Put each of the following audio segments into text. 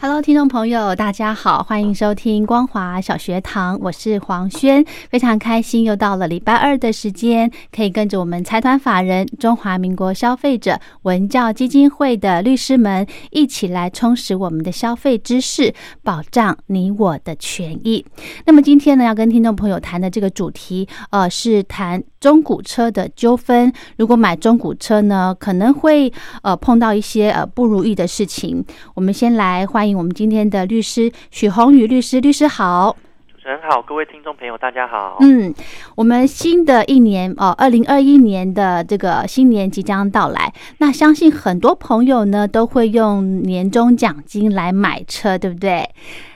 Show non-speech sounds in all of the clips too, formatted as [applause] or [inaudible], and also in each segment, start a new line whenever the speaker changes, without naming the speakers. Hello，听众朋友，大家好，欢迎收听光华小学堂，我是黄轩，非常开心又到了礼拜二的时间，可以跟着我们财团法人中华民国消费者文教基金会的律师们一起来充实我们的消费知识，保障你我的权益。那么今天呢，要跟听众朋友谈的这个主题，呃，是谈中古车的纠纷。如果买中古车呢，可能会呃碰到一些呃不如意的事情。我们先来欢迎我们今天的律师许宏宇律师，律师好。
主持人好，各位听众朋友，大家好。
嗯，我们新的一年哦，二零二一年的这个新年即将到来，那相信很多朋友呢都会用年终奖金来买车，对不对？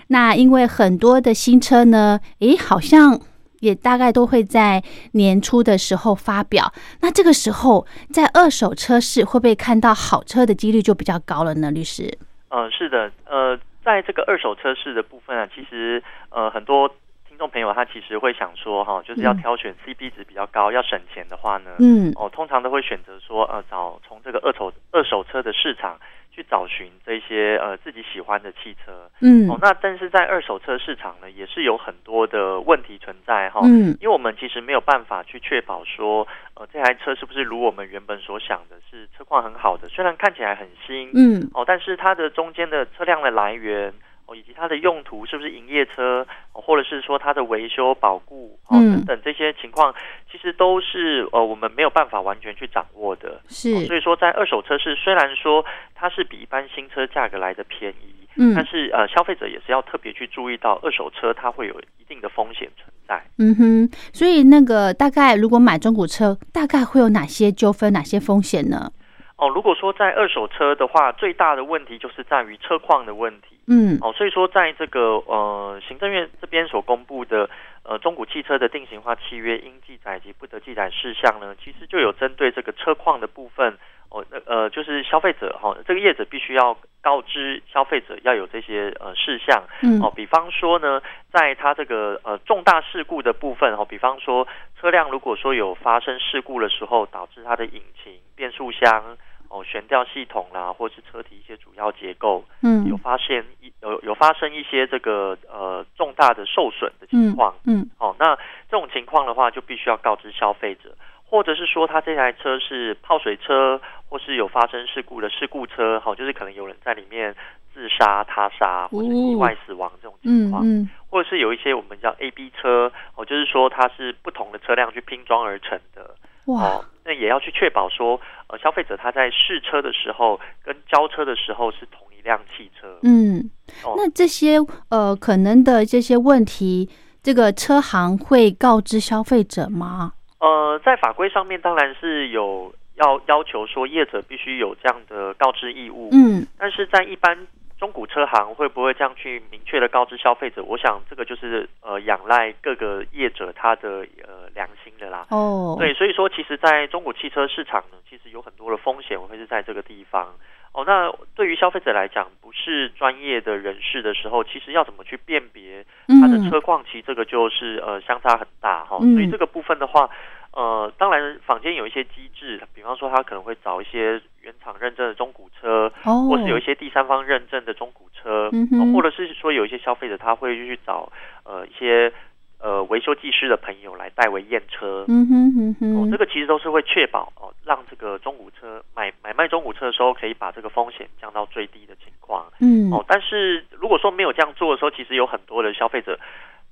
那因为很多的新车呢，诶，好像也大概都会在年初的时候发表。那这个时候，在二手车市会不会看到好车的几率就比较高了呢？律师，
呃，是的，呃，在这个二手车市的部分啊，其实呃很多听众朋友他其实会想说哈、就是要
嗯
挑选 CP 值比较高，要省钱的话呢，
嗯
哦，通常都会选择说呃找从这个二手二手车的市场去找寻这些呃自己喜欢的汽车。
嗯
哦，那但是在二手车市场呢，也是有很多的问题存在哈、
嗯
因为我们其实没有办法去确保说，呃，这台车是不是如我们原本所想的是车况很好的，虽然看起来很新，
嗯
哦，但是它的中间的车辆的来源哦，以及它的用途是不是营业车，哦、或者是说它的维修保固哦、
嗯
等等这些情况，其实都是呃我们没有办法完全去掌握的。哦所
是
以说，在二手车市虽然说它是比一般新车价格来的便宜，但
嗯
是呃消费者也是要特别去注意到二手车它会有一定的风险存在。
嗯哼，所以那个大概如果买中古车，大概会有哪些纠纷、哪些风险呢？
哦，如果说在二手车的话，最大的问题就是在于车况的问题。
嗯
哦，所以说在这个呃行政院这边所公布的呃中古汽车的定型化契约应记载及不得记载事项呢，其实就有针对这个车况的部分。哦，那呃，就是消费者哈、哦，这个业者必须要告知消费者要有这些呃事项
嗯
哦。比方说呢，在他这个呃重大事故的部分哦，比方说车辆如果说有发生事故的时候，导致它的引擎、变速箱哦、悬吊系统啦，或是车体一些主要结构有
嗯
发现一有有发生一些这个呃重大的受损的情况、
嗯
哦，那这种情况的话，就必须要告知消费者，或者是说他这台车是泡水车，或是有发生事故的事故车，好、就是可能有人在里面自杀、他杀或者意外死亡这种情
哦嗯
况，
嗯
或者是有一些我们叫 A B 车，哦，就是说它是不同的车辆去拼装而成的，
哇
哦，那也要去确保说，呃，消费者他在试车的时候跟交车的时候是同一辆汽车。
嗯，
哦
那这些呃可能的这些问题，这个车行会告知消费者吗？
呃，在法规上面当然是有要要求说业者必须有这样的告知义务，
嗯
但是在一般中古车行会不会这样去明确的告知消费者？我想这个就是呃仰赖各个业者他的呃良心的啦。
哦，
对，所以说其实，在中古汽车市场呢，其实有很多的风险会是在这个地方。哦，那对于消费者来讲，不是专业的人士的时候，其实要怎么去辨别它的
嗯
车况，其实这个就是呃相差很大哈、
嗯
所以这个部分的话，呃，当然坊间有一些机制，比方说他可能会找一些原厂认证的中古车，
哦，
或是有一些第三方认证的中古车，
嗯哼
哦或者是说有一些消费者他会去找呃一些呃维修技师的朋友来代为验车。
嗯哼嗯
哦，
哼，
这个其实都是会确保哦，让这个中古车买买卖中古车的时候，可以把这个风险降到最低的情况。
嗯
哦，但是如果说没有这样做的时候，其实有很多的消费者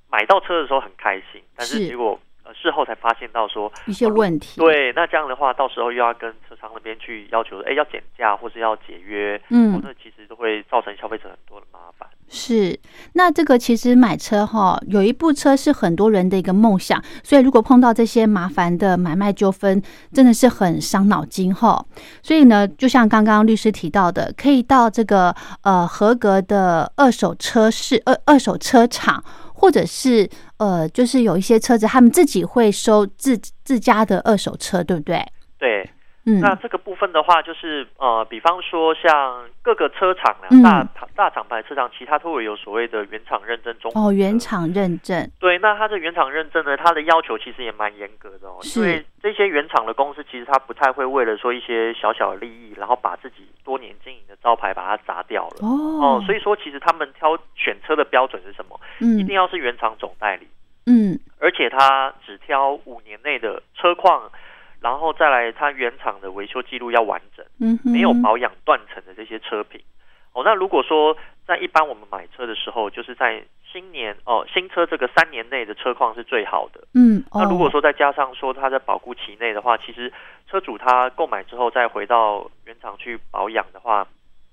买到车的时候很开心，但是
是
结果呃事后才发现到说，
一些问题。，
哦对，那这样的话，到时候又要跟车商那边去要求，哎，要减价或是要解约，哦
嗯，
那其实都会造成消费者很多的麻烦。
是。那这个其实买车哈，有一部车是很多人的一个梦想，所以如果碰到这些麻烦的买卖纠纷，真的是很伤脑筋哈。所以呢，就像刚刚律师提到的，可以到这个呃合格的二手车市、二二手车厂，或者是呃，就是有一些车子他们自己会收自自家的二手车，对不对？
对，
嗯，
那这个部分的话，就是呃，比方说像各个车厂啊，
嗯
大大厂牌车厂，其他都会有所谓的原厂认证中
哦，原
厂。
厂认证
对，那它的原厂认证呢，它的要求其实也蛮严格的哦，
是
因为这些原厂的公司其实它不太会为了说一些小小的利益，然后把自己多年经营的招牌把它砸掉了。
哦
哦，所以说其实他们挑选车的标准是什么？一
嗯
定要是原厂总代理，
嗯
而且它只挑五年内的车况，然后再来它原厂的维修记录要完整。
嗯哼，
没有保养断层的这些车品。哦，那如果说在一般我们买车的时候，就是在新年哦新车这个三年内的车况是最好的。
嗯，
那如果
哦
说再加上说它在保固期内的话，其实车主他购买之后再回到原厂去保养的话，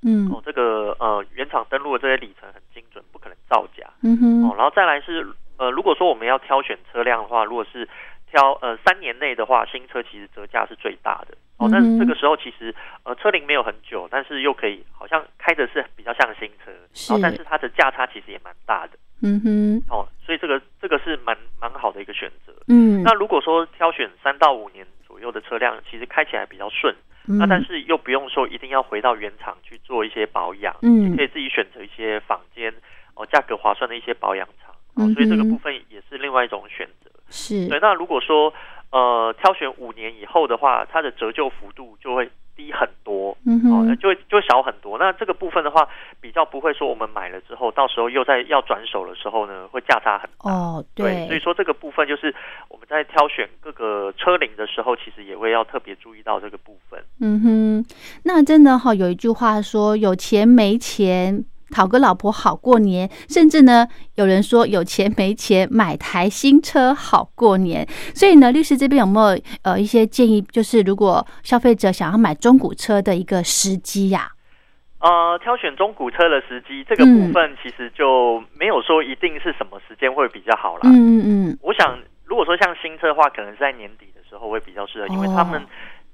嗯
哦，这个呃原厂登录的这些里程很精准，不可能造假。
嗯哼，
哦，然后再来是呃，如果说我们要挑选车辆的话，如果是挑呃三年内的话，新车其实折价是最大的。哦，但
嗯
是
哼
这个时候其实呃车龄没有很久，但是又可以好像开的是比较像新车，
是
然后但是它的价差其实也蛮大的
嗯哼，
哦，所以这个这个是蛮蛮好的一个选择。
嗯，
那如果说挑选三到五年左右的车辆，其实开起来比较顺，
嗯
那但是又不用说一定要回到原厂去做一些保养，
嗯
也可以自己选择一些坊间哦价格划算的一些保养厂
嗯
哦
哼，嗯
所以这个部分也是另外一种选择。
是
对，那如果说呃挑选五年以后的话，它的折旧幅度就会低很多。
嗯
哦，那
哼，
就会就会小很多。那这个部分的话，比较不会说我们买了之后，到时候又在要转手的时候呢，会价差很大。
哦，
对，所以，说这个部分就是我们在挑选各个车龄的时候，其实也会要特别注意到这个部分。
嗯哼，那真的哈、有一句话说，有钱没钱。讨个老婆好过年，甚至呢，有人说有钱没钱买台新车好过年。所以呢，律师这边有没有呃一些建议？就是如果消费者想要买中古车的一个时机呀、
呃，挑选中古车的时机，这个
嗯
部分其实就没有说一定是什么时间会比较好啦。
嗯嗯
我想，如果说像新车的话，可能是在年底的时候会比较适合，因为
哦
他们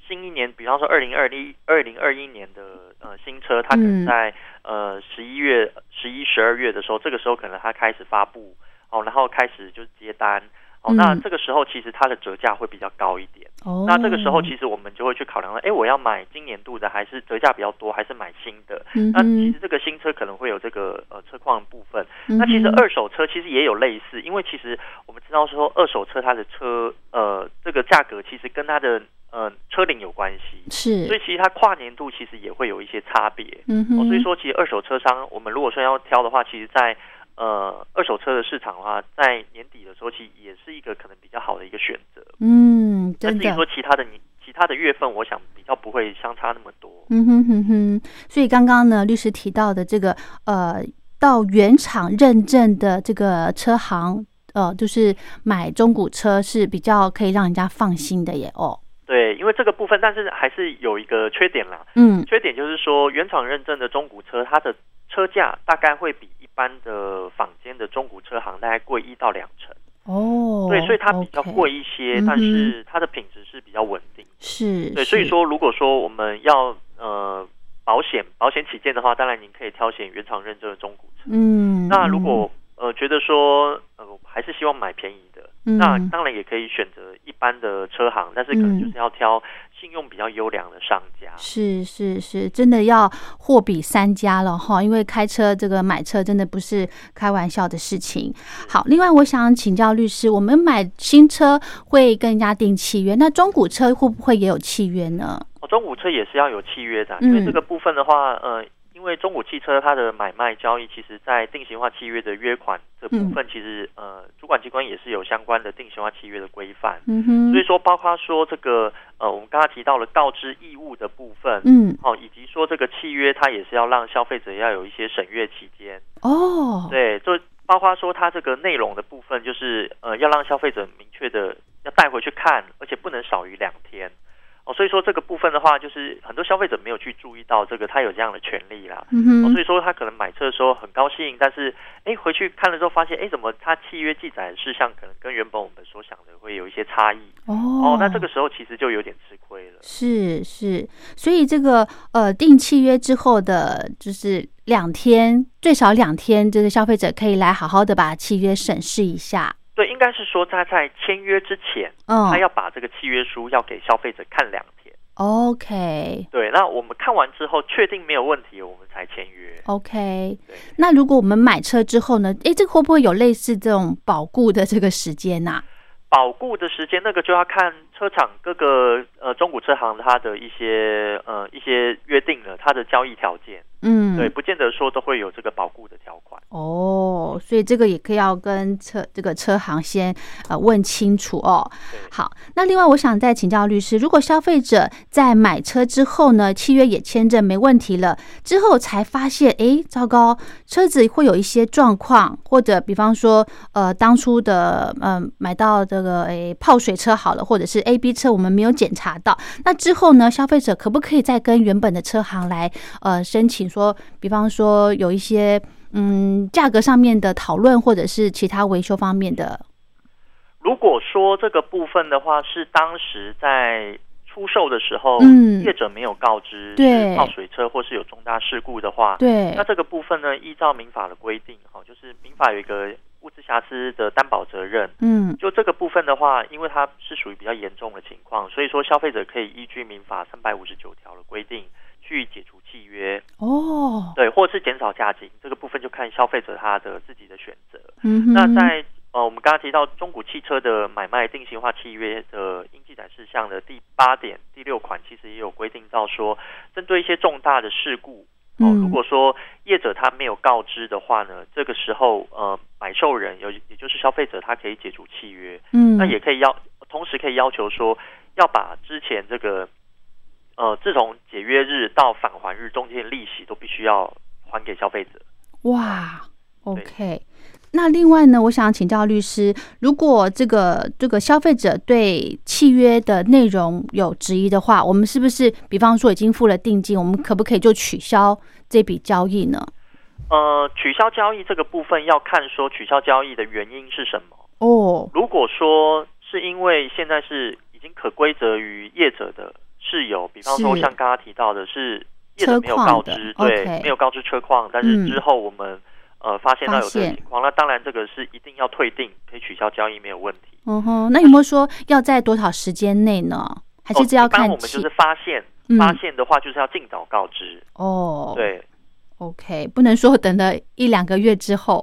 新一年，比方说二零二一、二零二一年的呃新车，它可
嗯
能在、呃十一月、十一、十二月的时候，这个时候可能它开始发布哦，然后开始就是接单哦，
嗯
那这个时候其实它的折价会比较高一点。
嗯，哦，
那这个时候其实我们就会去考量了，哎，我要买今年度的，还是折价比较多，还是买新的？
嗯
那其
哼
实，这个新车可能会有这个呃车况的部分。
嗯哼
那其实二手车其实也有类似，因为其实我们知道说二手车它的车呃这个价格其实跟它的呃车龄有关系，所
是，
以其实它跨年度其实也会有一些差别。
嗯
哦，
哼，
所以说其实二手车商我们如果说要挑的话，其实在呃二手车的市场的话，在年底的时候其实也是一个可能比较好的一个选择。
嗯，
那
真
至于
的
说，其他的你其他的月份，我想比较不会相差那么多。
嗯哼哼哼。所以刚刚呢，律师提到的这个呃，到原厂认证的这个车行，呃，就是买中古车是比较可以让人家放心的耶。哦，
对，因为这个部分，但是还是有一个缺点啦。
嗯，
缺点就是说，原厂认证的中古车，它的车价大概会比一般的坊间的中古车行大概贵一到两成。
哦，
对，所以它比较
OK，
贵一些，
嗯哼
但是它的品质是比较稳定。
是，
对，所以
是，
说，如果说我们要呃保险保险起见的话，当然您可以挑选原厂认证的中古车。
嗯，
那如果呃觉得说呃我还是希望买便宜的，
嗯
那当然也可以选择一般的车行，但是可
嗯
能就是要挑信用比较优良的商家。
是是是，真的要货比三家了哈，因为开车这个买车真的不是开玩笑的事情。好，另外我想请教律师，我们买新车会跟人家订契约，那中古车会不会也有契约呢？
哦，中古车也是要有契约的啊，
嗯
因为这个部分的话，呃，因为中古汽车它的买卖交易，其实在定型化契约的约款这部
嗯
分，其实呃，主管机关也是有相关的定型化契约的规范。
嗯哼，
所以说，包括说这个呃，我们刚刚提到了告知义务的部分，
嗯
哦，以及说这个契约它也是要让消费者要有一些审阅期间。
哦，
对，就包括说它这个内容的部分，就是呃，要让消费者明确的带回去看，而且不能少于两天。哦，所以说这个部分的话，就是很多消费者没有去注意到这个他有这样的权利啦。
嗯
哦，
哼
所以说他可能买车的时候很高兴，但是哎回去看了之后发现，哎怎么他契约记载的事项可能跟原本我们所想的会有一些差异。
哦
哦，那这个时候其实就有点吃亏了。
是是，所以这个呃订契约之后的，就是两天最少两天，就是消费者可以来好好的把契约审视一下。
对，应该是说他在签约之前，
嗯
他要把这个契约书要给消费者看两天。
，OK
对，那我们看完之后确定没有问题，我们才签约。
哦 OK。
对，
那如果我们买车之后呢？诶，这个会不会有类似这种保固的这个时间啊呐、
保固的时间那个就要看车厂各个呃中古车行它的一些呃一些约定了，它的交易条件，
嗯，
对，不见得说都会有这个保固的条款。
哦，所以这个也可以要跟车这个车行先呃问清楚哦
对。
好，那另外我想再请教律师，如果消费者在买车之后呢，契约也签证没问题了，之后才发现，诶，糟糕，车子会有一些状况，或者比方说，呃，当初的嗯、呃、买到这个诶泡水车好了，或者是 A B 车我们没有检查到，那之后呢，消费者可不可以再跟原本的车行来呃申请说，比方说有一些嗯价格上面的讨论，或者是其他维修方面的？
如果说这个部分的话，是当时在出售的时候，
嗯
业者没有告知
对
是泡水车或是有重大事故的话，
对
那，这个部分呢，依照民法的规定，哈、就是民法有一个物质瑕疵的担保责任。
嗯
就这个部分的话，因为它是属于比较严重的情况，所以说消费者可以依据民法三百五十九条的规定去解除契约，
哦，
对，或是减少价金，这个部分就看消费者他的自己的选择。
嗯哼，
那在呃，我们刚刚提到中古汽车的买卖定型化契约的应记载事项的第八点第六款，其实也有规定到说，针对一些重大的事故，哦、
嗯
如果说业者他没有告知的话呢，这个时候呃，买受人有也就是消费者，他可以解除契约，
嗯
那也可以要，同时可以要求说，要把之前这个，呃，自从解约日到返还日中间的利息都必须要还给消费者。
哇，OK。那另外呢，我想请教律师，如果这个这个消费者对契约的内容有质疑的话，我们是不是比方说已经付了定金，我们可不可以就取消这笔交易呢？
呃，取消交易这个部分要看说取消交易的原因是什么。
哦，
如果说是因为现在是已经可归责于业者的事由，比方说
是
像刚刚提到的是业者没有
车况
告
的
知，对
OK
没有告知车况，但
嗯
是之后我们、呃发现到有这个
发现
情况，那当然这个是一定要退订，可以取消交易没有问题。
嗯哼，那有没有说要在多少时间内呢？还是这要
哦、一般
看
我们就
契
是发现，
嗯
发现的话就是要尽早告知。
哦，
对，
，OK，不能说等了一两个月之后，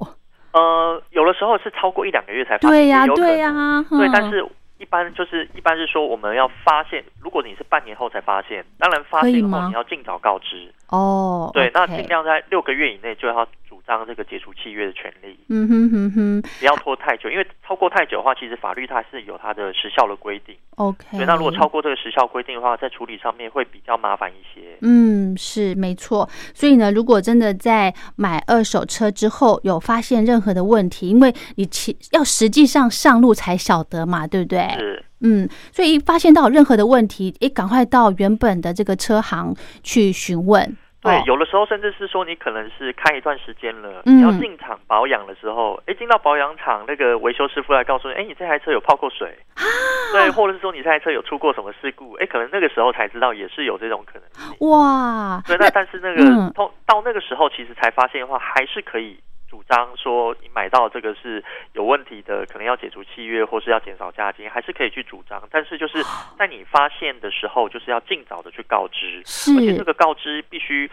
呃，有的时候是超过一两个月才发现，
对呀、
也有可能
对呀、
对
嗯，
但是一般就是一般是说我们要发现，如果你是半年后才发现，当然发现
可以吗
后你要尽早告知。
哦，
对
OK
那尽量在六个月以内就要主张这个解除契约的权利，
嗯哼哼哼
不要拖太久，因为超过太久的话，其实法律它是有它的时效的规定。
，OK，
对，那如果超过这个时效规定的话，在处理上面会比较麻烦一些。
嗯，是没错。所以呢，如果真的在买二手车之后有发现任何的问题，因为你其要实际上上路才晓得嘛，对不对？
是，
嗯，所以一发现到有任何的问题，诶，赶快到原本的这个车行去询问。
对
哦，
有的时候甚至是说你可能是开一段时间了，
嗯
你要进厂保养的时候，哎，进到保养厂那个维修师傅来告诉你，哎，你这台车有泡过水，
啊
对，或者是说你这台车有出过什么事故，哎，可能那个时候才知道也是有这种可能性。
哇，
对，那但是那
哦嗯
个到到那个时候，其实才发现的话，还是可以主张说你买到这个是有问题的，可能要解除契约或是要减少价金，还是可以去主张。但是
哦
就是在你发现的时候，就是要尽早的去告知。而且这
是
个告知必须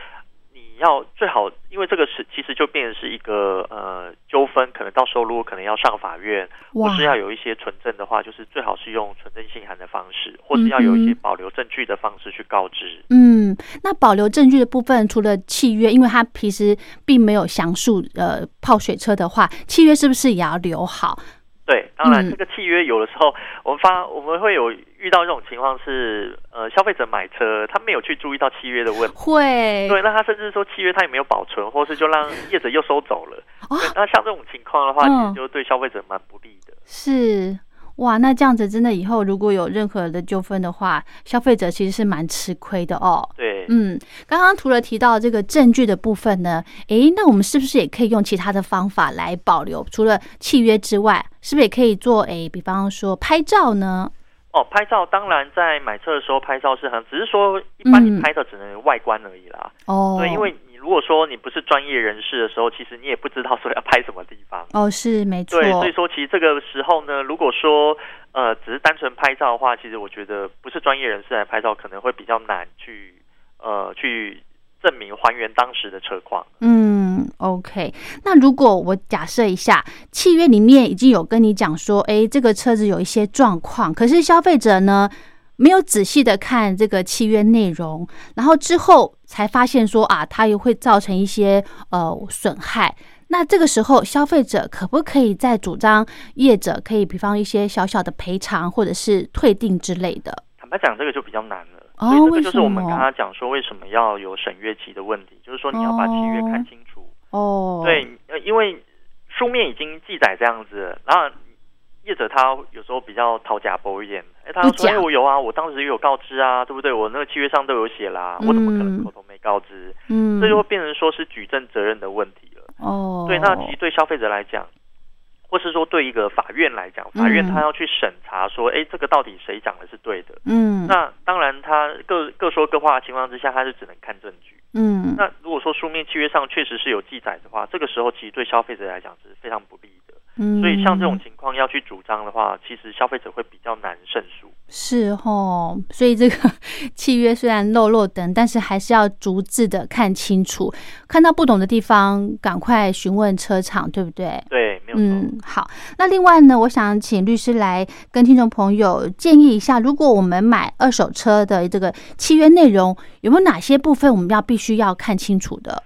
你要最好，因为这个是其实就变成是一个呃纠纷，可能到时候如果可能要上法院，或
哇
是，要有一些存证的话，就是最好是用存证信函的方式，或是要有一些
嗯哼
保留证据的方式去告知。
嗯，那保留证据的部分，除了契约，因为它平时并没有详述，呃，泡水车的话，契约是不是也要留好？
对，当然
嗯
这个契约有的时候我们发我们会有遇到这种情况是，呃，消费者买车他没有去注意到契约的问题。
会
对，那他甚至说契约他也没有保存，或是就让业者又收走了。
哦
对那像这种情况的话，其
嗯
实就对消费者蛮不利的。
是。哇，那这样子真的以后如果有任何的纠纷的话，消费者其实是蛮吃亏的哦。
对，
嗯，刚刚除了提到这个证据的部分呢，诶，那我们是不是也可以用其他的方法来保留？除了契约之外，是不是也可以做？诶，比方说拍照呢？
哦，拍照当然在买车的时候拍照是很，只是说一般
嗯
你拍的只能外观而已啦。
哦，
对，因为你如果说你不是专业人士的时候，其实你也不知道说要拍什么地方。
哦是没错，
对，所以说其实这个时候呢，如果说呃只是单纯拍照的话，其实我觉得不是专业人士来拍照，可能会比较难去呃去证明还原当时的车况。
嗯，OK。那如果我假设一下，契约里面已经有跟你讲说，诶，这个车子有一些状况，可是消费者呢没有仔细的看这个契约内容，然后之后才发现说啊，它也会造成一些呃损害。那这个时候，消费者可不可以再主张业者可以，比方一些小小的赔偿或者是退订之类的？
坦白讲，这个就比较难了。
哦
所以这个就是我
为
们
什么
刚刚讲说为什么要有审阅期的问题，就是说你要把契约看清楚。
哦，
对，呃，因为书面已经记载这样子了，然后业者他有时候比较讨假薄一点，哎，他
不
说
假
哎我有啊，我当时也有告知啊，对不对？我那个契约上都有写啦，我怎么可能口头没告知？
嗯，
这就会变成说是举证责任的问题了。
哦，
对，那其实对消费者来讲。或是说，对一个法院来讲，法
嗯
院他要去审查说，哎、这个到底谁讲的是对的？
嗯，
那当然，他各各说各话的情况之下，他是只能看证据。
嗯，
那如果说书面契约上确实是有记载的话，这个时候其实对消费者来讲是非常不利的。
嗯
所以像这种情况要去主张的话，其实消费者会比较难胜诉。
是哦，所以这个 [laughs] 契约虽然漏漏等，但是还是要逐字的看清楚，看到不懂的地方赶快询问车厂，对不对？
对，没有错。
嗯，好。那另外呢，我想请律师来跟听众朋友建议一下，如果我们买二手车的这个契约内容，有没有哪些部分我们要必须要看清楚的？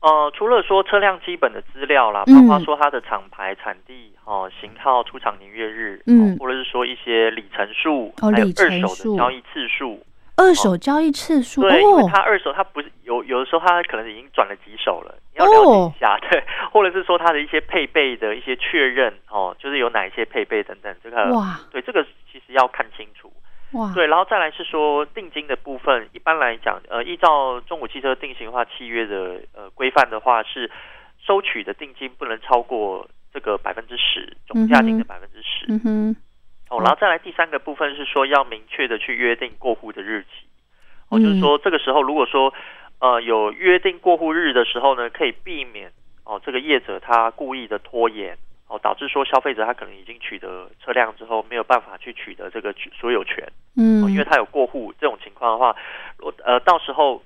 呃，除了说车辆基本的资料啦，包
嗯
括说它的厂牌、产地、哦型号、出厂年月日，
嗯
哦或者是说一些里程数，
哦
还有
里程
二手
数
的交易次数。
二手交易次数
哦对，因为
哦，
它二手它不是有有的时候它可能已经转了几手了，你要了解一
哦
下，对， [laughs] 或者是说它的一些配备的一些确认哦，就是有哪一些配备等等，这个
哇啊
对，这个其实要看清楚。
哇，
对，然后再来是说定金的部分，一般来讲，呃，依照中国汽车定型化契约的呃规范的话，是收取的定金不能超过这个百分之十，总价金的
嗯
百分之十。
嗯哼，
哦，
嗯
然后再来第三个部分是说要明确的去约定过户的日期。哦，就是
嗯
说这个时候如果说呃有约定过户日的时候呢，可以避免哦这个业者他故意的拖延。哦，导致说消费者他可能已经取得车辆之后，没有办法去取得这个所有权。哦，因为
嗯，
他有过户这种情况的话，如果呃，到时候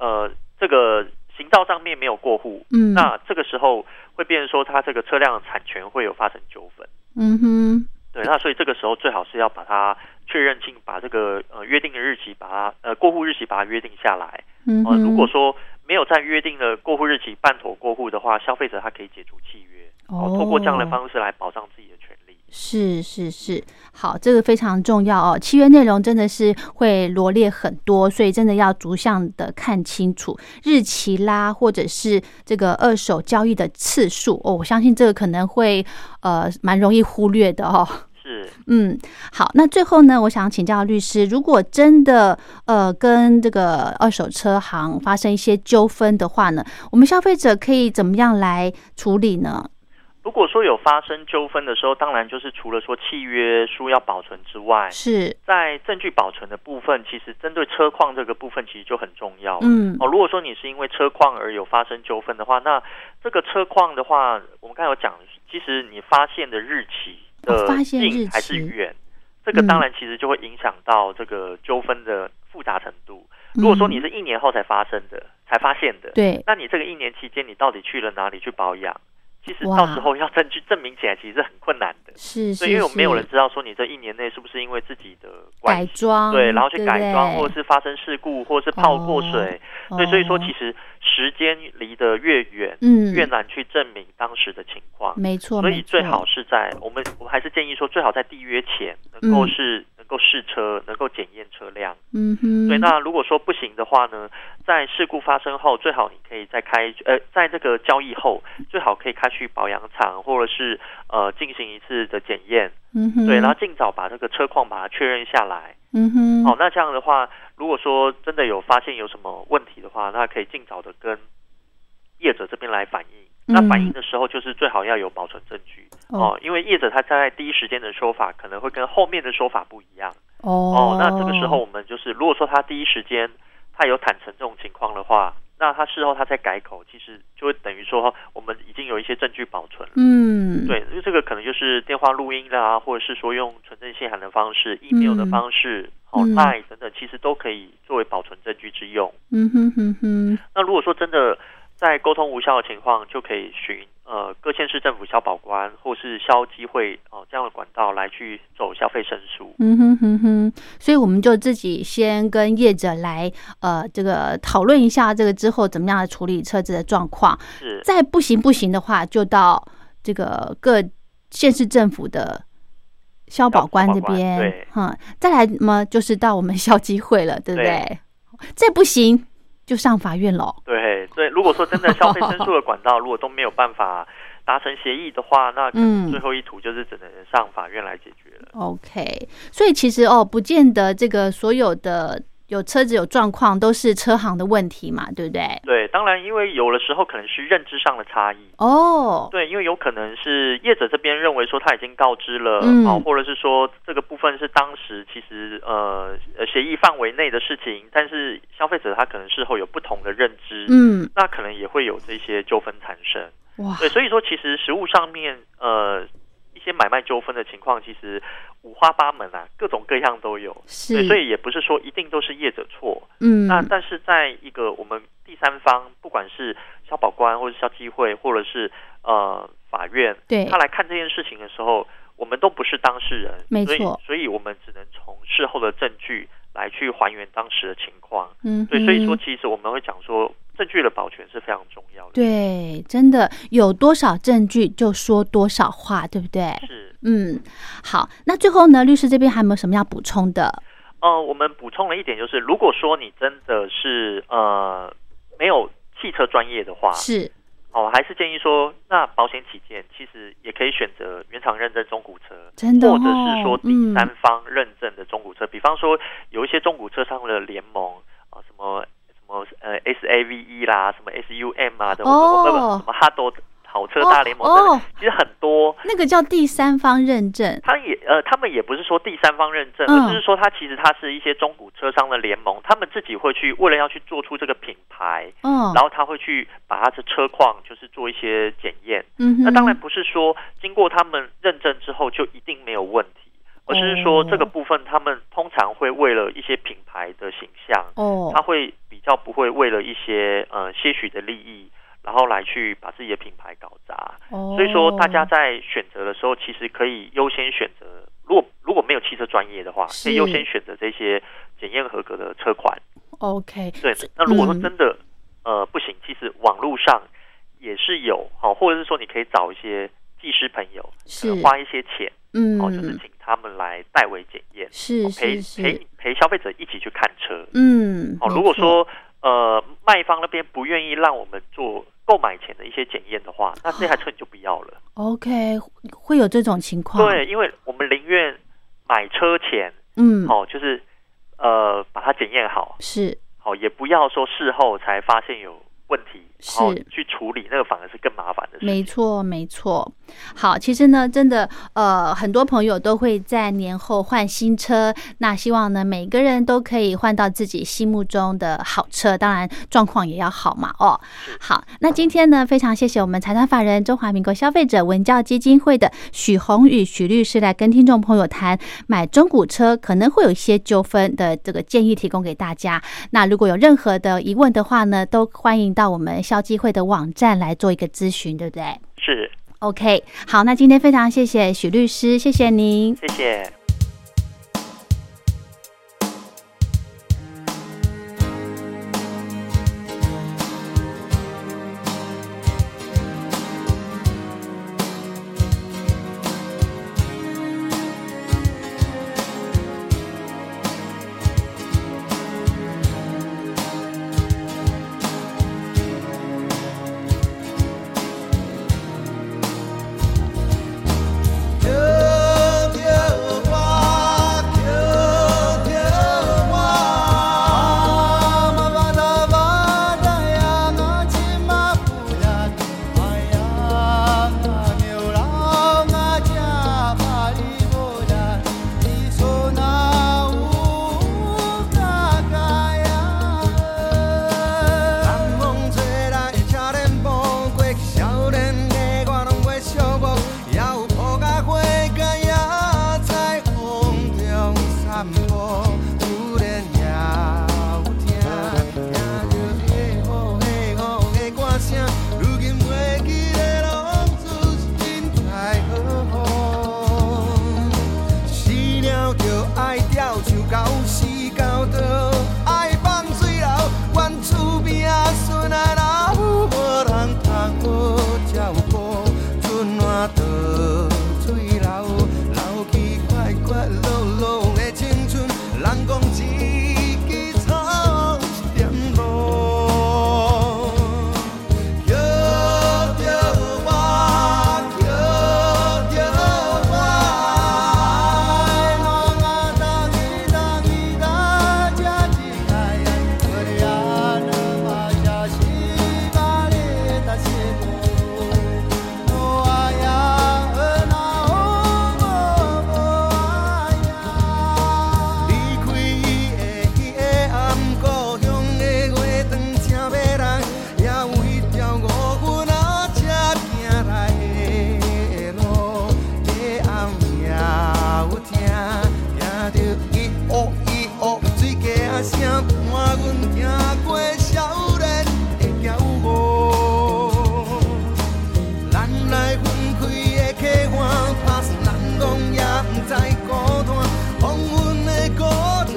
呃，这个行照上面没有过户，
嗯，
那这个时候会变成说他这个车辆的产权会有发生纠纷。
嗯哼。
对，那所以这个时候最好是要把它确认清，把这个呃约定的日期，把它呃过户日期把它约定下来。
嗯
呃，
哼，
如果说没有在约定的过户日期办妥过户的话，消费者他可以解除契约，哦，通过这样的方式来保障自己的权利。
是是是，好，这个非常重要哦。契约内容真的是会罗列很多，所以真的要逐项的看清楚日期啦，或者是这个二手交易的次数哦。我相信这个可能会呃蛮容易忽略的哦。
是，
嗯，好，那最后呢，我想请教律师，如果真的呃跟这个二手车行发生一些纠纷的话呢，我们消费者可以怎么样来处理呢？
如果说有发生纠纷的时候，当然就是除了说契约书要保存之外，
是，
在证据保存的部分，其实针对车况这个部分其实就很重要了。
嗯，
哦，如果说你是因为车况而有发生纠纷的话，那这个车况的话，我们刚才有讲，其实你发现的日期
哦
的
发现日期
近还是远，这个当然其实就会影响到这个纠纷的复杂程度。如果说你
嗯
是一年后才发生的、才发现的，
对，
那你这个一年期间，你到底去了哪里去保养？其实
哇
到时候要证据证明起来，其实是很困难的。
是，
所
是
以，因为我们没有
是
人知道说你这一年内是不是因为自己的
改
关系，
装，
对，然后去
不
改装，
对
或者是发生事故，或者是泡过水，对，所以说
哦
其实时间离得越远，
嗯，
越难去证明当时的情况。
没错，
所
没
以最
错
好是在我们，我还是建议说，最好在缔约前能够
嗯
是、能够试车，能够检验车辆。
嗯哼，
对，那如果说不行的话呢，在事故发生后，最好你可以再开呃，在这个交易后，最好可以开去保养厂，或者是呃进行一次的检验，
嗯哼，
对，然后尽早把这个车况把它确认下来。
嗯哼，
好，哦那这样的话，如果说真的有发现有什么问题的话，那可以尽早的跟业者这边来反映。那反映的时候，就是最好要有保存证据
嗯哦
哦，因为业者他在第一时间的说法可能会跟后面的说法不一样
哦
哦。那这个时候，我们就是如果说他第一时间他有坦诚这种情况的话，那他事后他再改口，其实就会等于说我们已经有一些证据保存了。
嗯，
对，因为这个可能就是电话录音啦、或者是说用存证信函的方式、email 的方式、哦
嗯
Line 等等，其实都可以作为保存证据之用。
嗯哼哼哼，
那如果说真的在沟通无效的情况，就可以寻呃各县市政府消保官或是消基会哦这样的管道来去走消费申诉。
嗯哼哼哼，所以我们就自己先跟业者来呃这个讨论一下这个之后怎么样来处理车子的状况，
是
再不行不行的话，就到这个各县市政府的消保官这边，
消保官对
嗯，再来嘛就是到我们消基会了，对不对？
对
再不行就上法院喽。
对对，如果说真的消费申诉的管道如果都没有办法达成协议的话，那可能
嗯
最后一途就是只能上法院来解决了。
OK，所以其实哦，不见得这个所有的有车子有状况都是车行的问题嘛，对不对？
对，当然，因为有的时候可能是认知上的差异。
哦，
对，因为有可能是业者这边认为说他已经告知了，
嗯
哦，或者是说这个部分是当时其实呃呃协议范围内的事情，但是消费者他可能事后有不同的认知，
嗯，
那可能也会有这些纠纷产生。
哇，
对，所以说其实实物上面呃一些买卖纠纷的情况，其实五花八门啊，各种各样都有。对，
是，
所以也不是说一定都是业者错，
嗯，
那但是在一个我们第三方，不管是消保官或者消基会，或者是呃法院，
对
他来看这件事情的时候，我们都不是当事人，
没
所以
错
所以我们只能从事后的证据来去还原当时的情况。
嗯哼，
对，所以说其实我们会讲说，证据的保全是非常重要的。，
对，真的有多少证据就说多少话，对不对？
是
嗯，好，那最后呢，律师这边还有没有什么要补充的？
呃，我们补充了一点，就是如果说你真的是呃没有汽车专业的话，
是，
哦，还是建议说，那保险起见，其实也可以选择原厂认证中古车，
真的哦
或者是说第三
嗯
方认证的中古车，比方说有一些中古车商的联盟啊，什么什么呃 SAVE 啦，什么 SUM 啊的，
哦
我们我们什么哈多好车大联盟
哦
等等，
哦
其实很多。
那个叫第三方认证，
他也呃，他们也不是说第三方认证，
嗯
而是说他其实他是一些中古车商的联盟，他们自己会去为了要去做出这个品牌，
哦，
然后他会去把他的车况就是做一些检验，
嗯哼，
那当然不是说经过他们认证之后就一定没有问题，
哦
而是说这个部分他们通常会为了一些品牌的形象，
哦
他，会比较不会为了一些呃些许的利益，然后来去把自己的品牌搞砸。
哦
所以说，大家在选择的时候，其实可以优先选择，如果如果没有汽车专业的话，可
是
以优先选择这些检验合格的车款。
OK，
对，那如果说
嗯
真的、呃不行，其实网络上也是有好、或者是说你可以找一些技师朋友，
是
可能花一些钱
嗯，
哦，就是请他们来代为检验，
是
哦陪
是是
陪，陪消费者一起去看车。
嗯，
哦，
没
如果
错
说呃卖方那边不愿意让我们做购买前的一些检验的话，那这台车你就不要了。
OK 会有这种情况，，
对，因为我们宁愿买车前
嗯，
哦，就是呃把它检验好，
是，
好，也不要说事后才发现有问题，然后
是
去处理，那个反而是更麻烦的事情。
没错，没错。好，其实呢，真的，呃，很多朋友都会在年后换新车。那希望呢，每个人都可以换到自己心目中的好车，当然状况也要好嘛。哦，好，那今天呢，非常谢谢我们财团法人中华民国消费者文教基金会的许宏宇许律师来跟听众朋友谈买中古车可能会有一些纠纷的这个建议，提供给大家。那如果有任何的疑问的话呢，都欢迎到我们消基会的网站来做一个咨询，对不对？
是，
OK，好，那今天非常谢谢许律师，谢谢您。
谢谢。
Love you, 落，爱放水流，阮厝边仔孙仔老母无人读好，才有苦，春暖倒水流，流去快快乐乐的青春，人讲一枝草点落。叫着我，叫着我，爱我啊，当伊当伊当，这一代我的阿娘嘛，这是巴勒达西布，我爱呀，我那我我爱呀，离开伊的伊的暗故乡的月光，请要来，也有一条五云啊，才行来的路。的暗夜有听，听着伊乌伊乌水鸡啊声，伴阮行过少年的骄傲。咱来分开的客换，打算人讲也不知孤单，风云的孤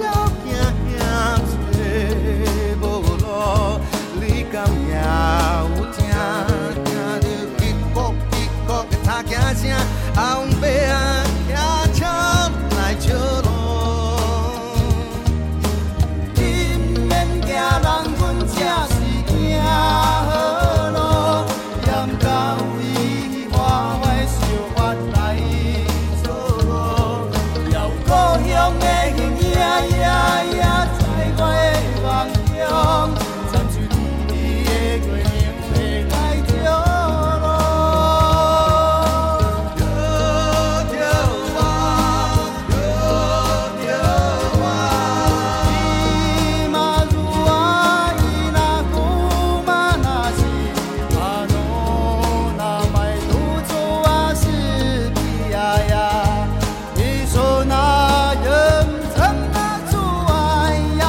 鸟行行找无路，你敢也有听？听着一国一国的踏脚声，后尾啊骑车来笑路。你毋免惊人，阮才是行好路。念到伊花花想法来做路，遥故乡的形影，夜夜在我的梦中，参像你的月亮飞来照路。着着我，着着我，伊嘛如我，伊那古嘛那是，阿奴那卖独坐阿是比呀呀，伊说那人怎那做哎呀？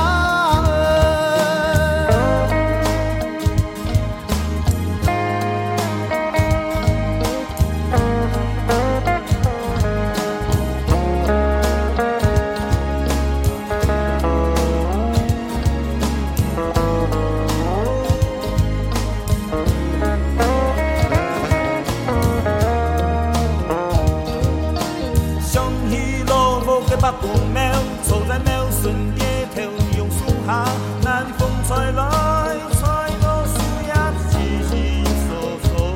上起落寞嘅北部喵，坐在喵顺街头榕树下，南风吹来，吹到树叶稀稀疏疏，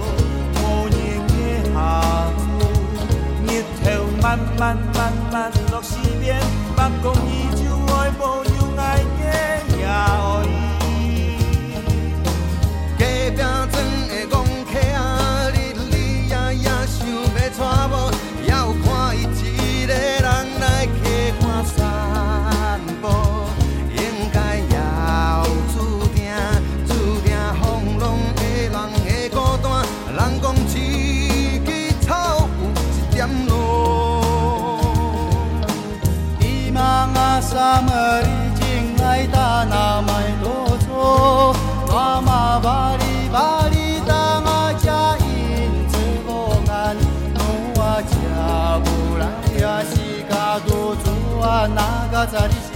无言嘅下午，日头慢慢慢慢落西边，北宫依旧爱慕又爱嘅也爱伊。
隔壁庄的戆客啊，日日夜夜想要娶某，还有看伊一个人来溪看散步，应该也有注定，注定风浪的人的孤单。人讲一枝草有一点路。이 망아삼을 이직나이다 남아이 도조 마마 바리 바리 당하자 인즈공한 노와 자부라야 시가도 좋아 나가자리시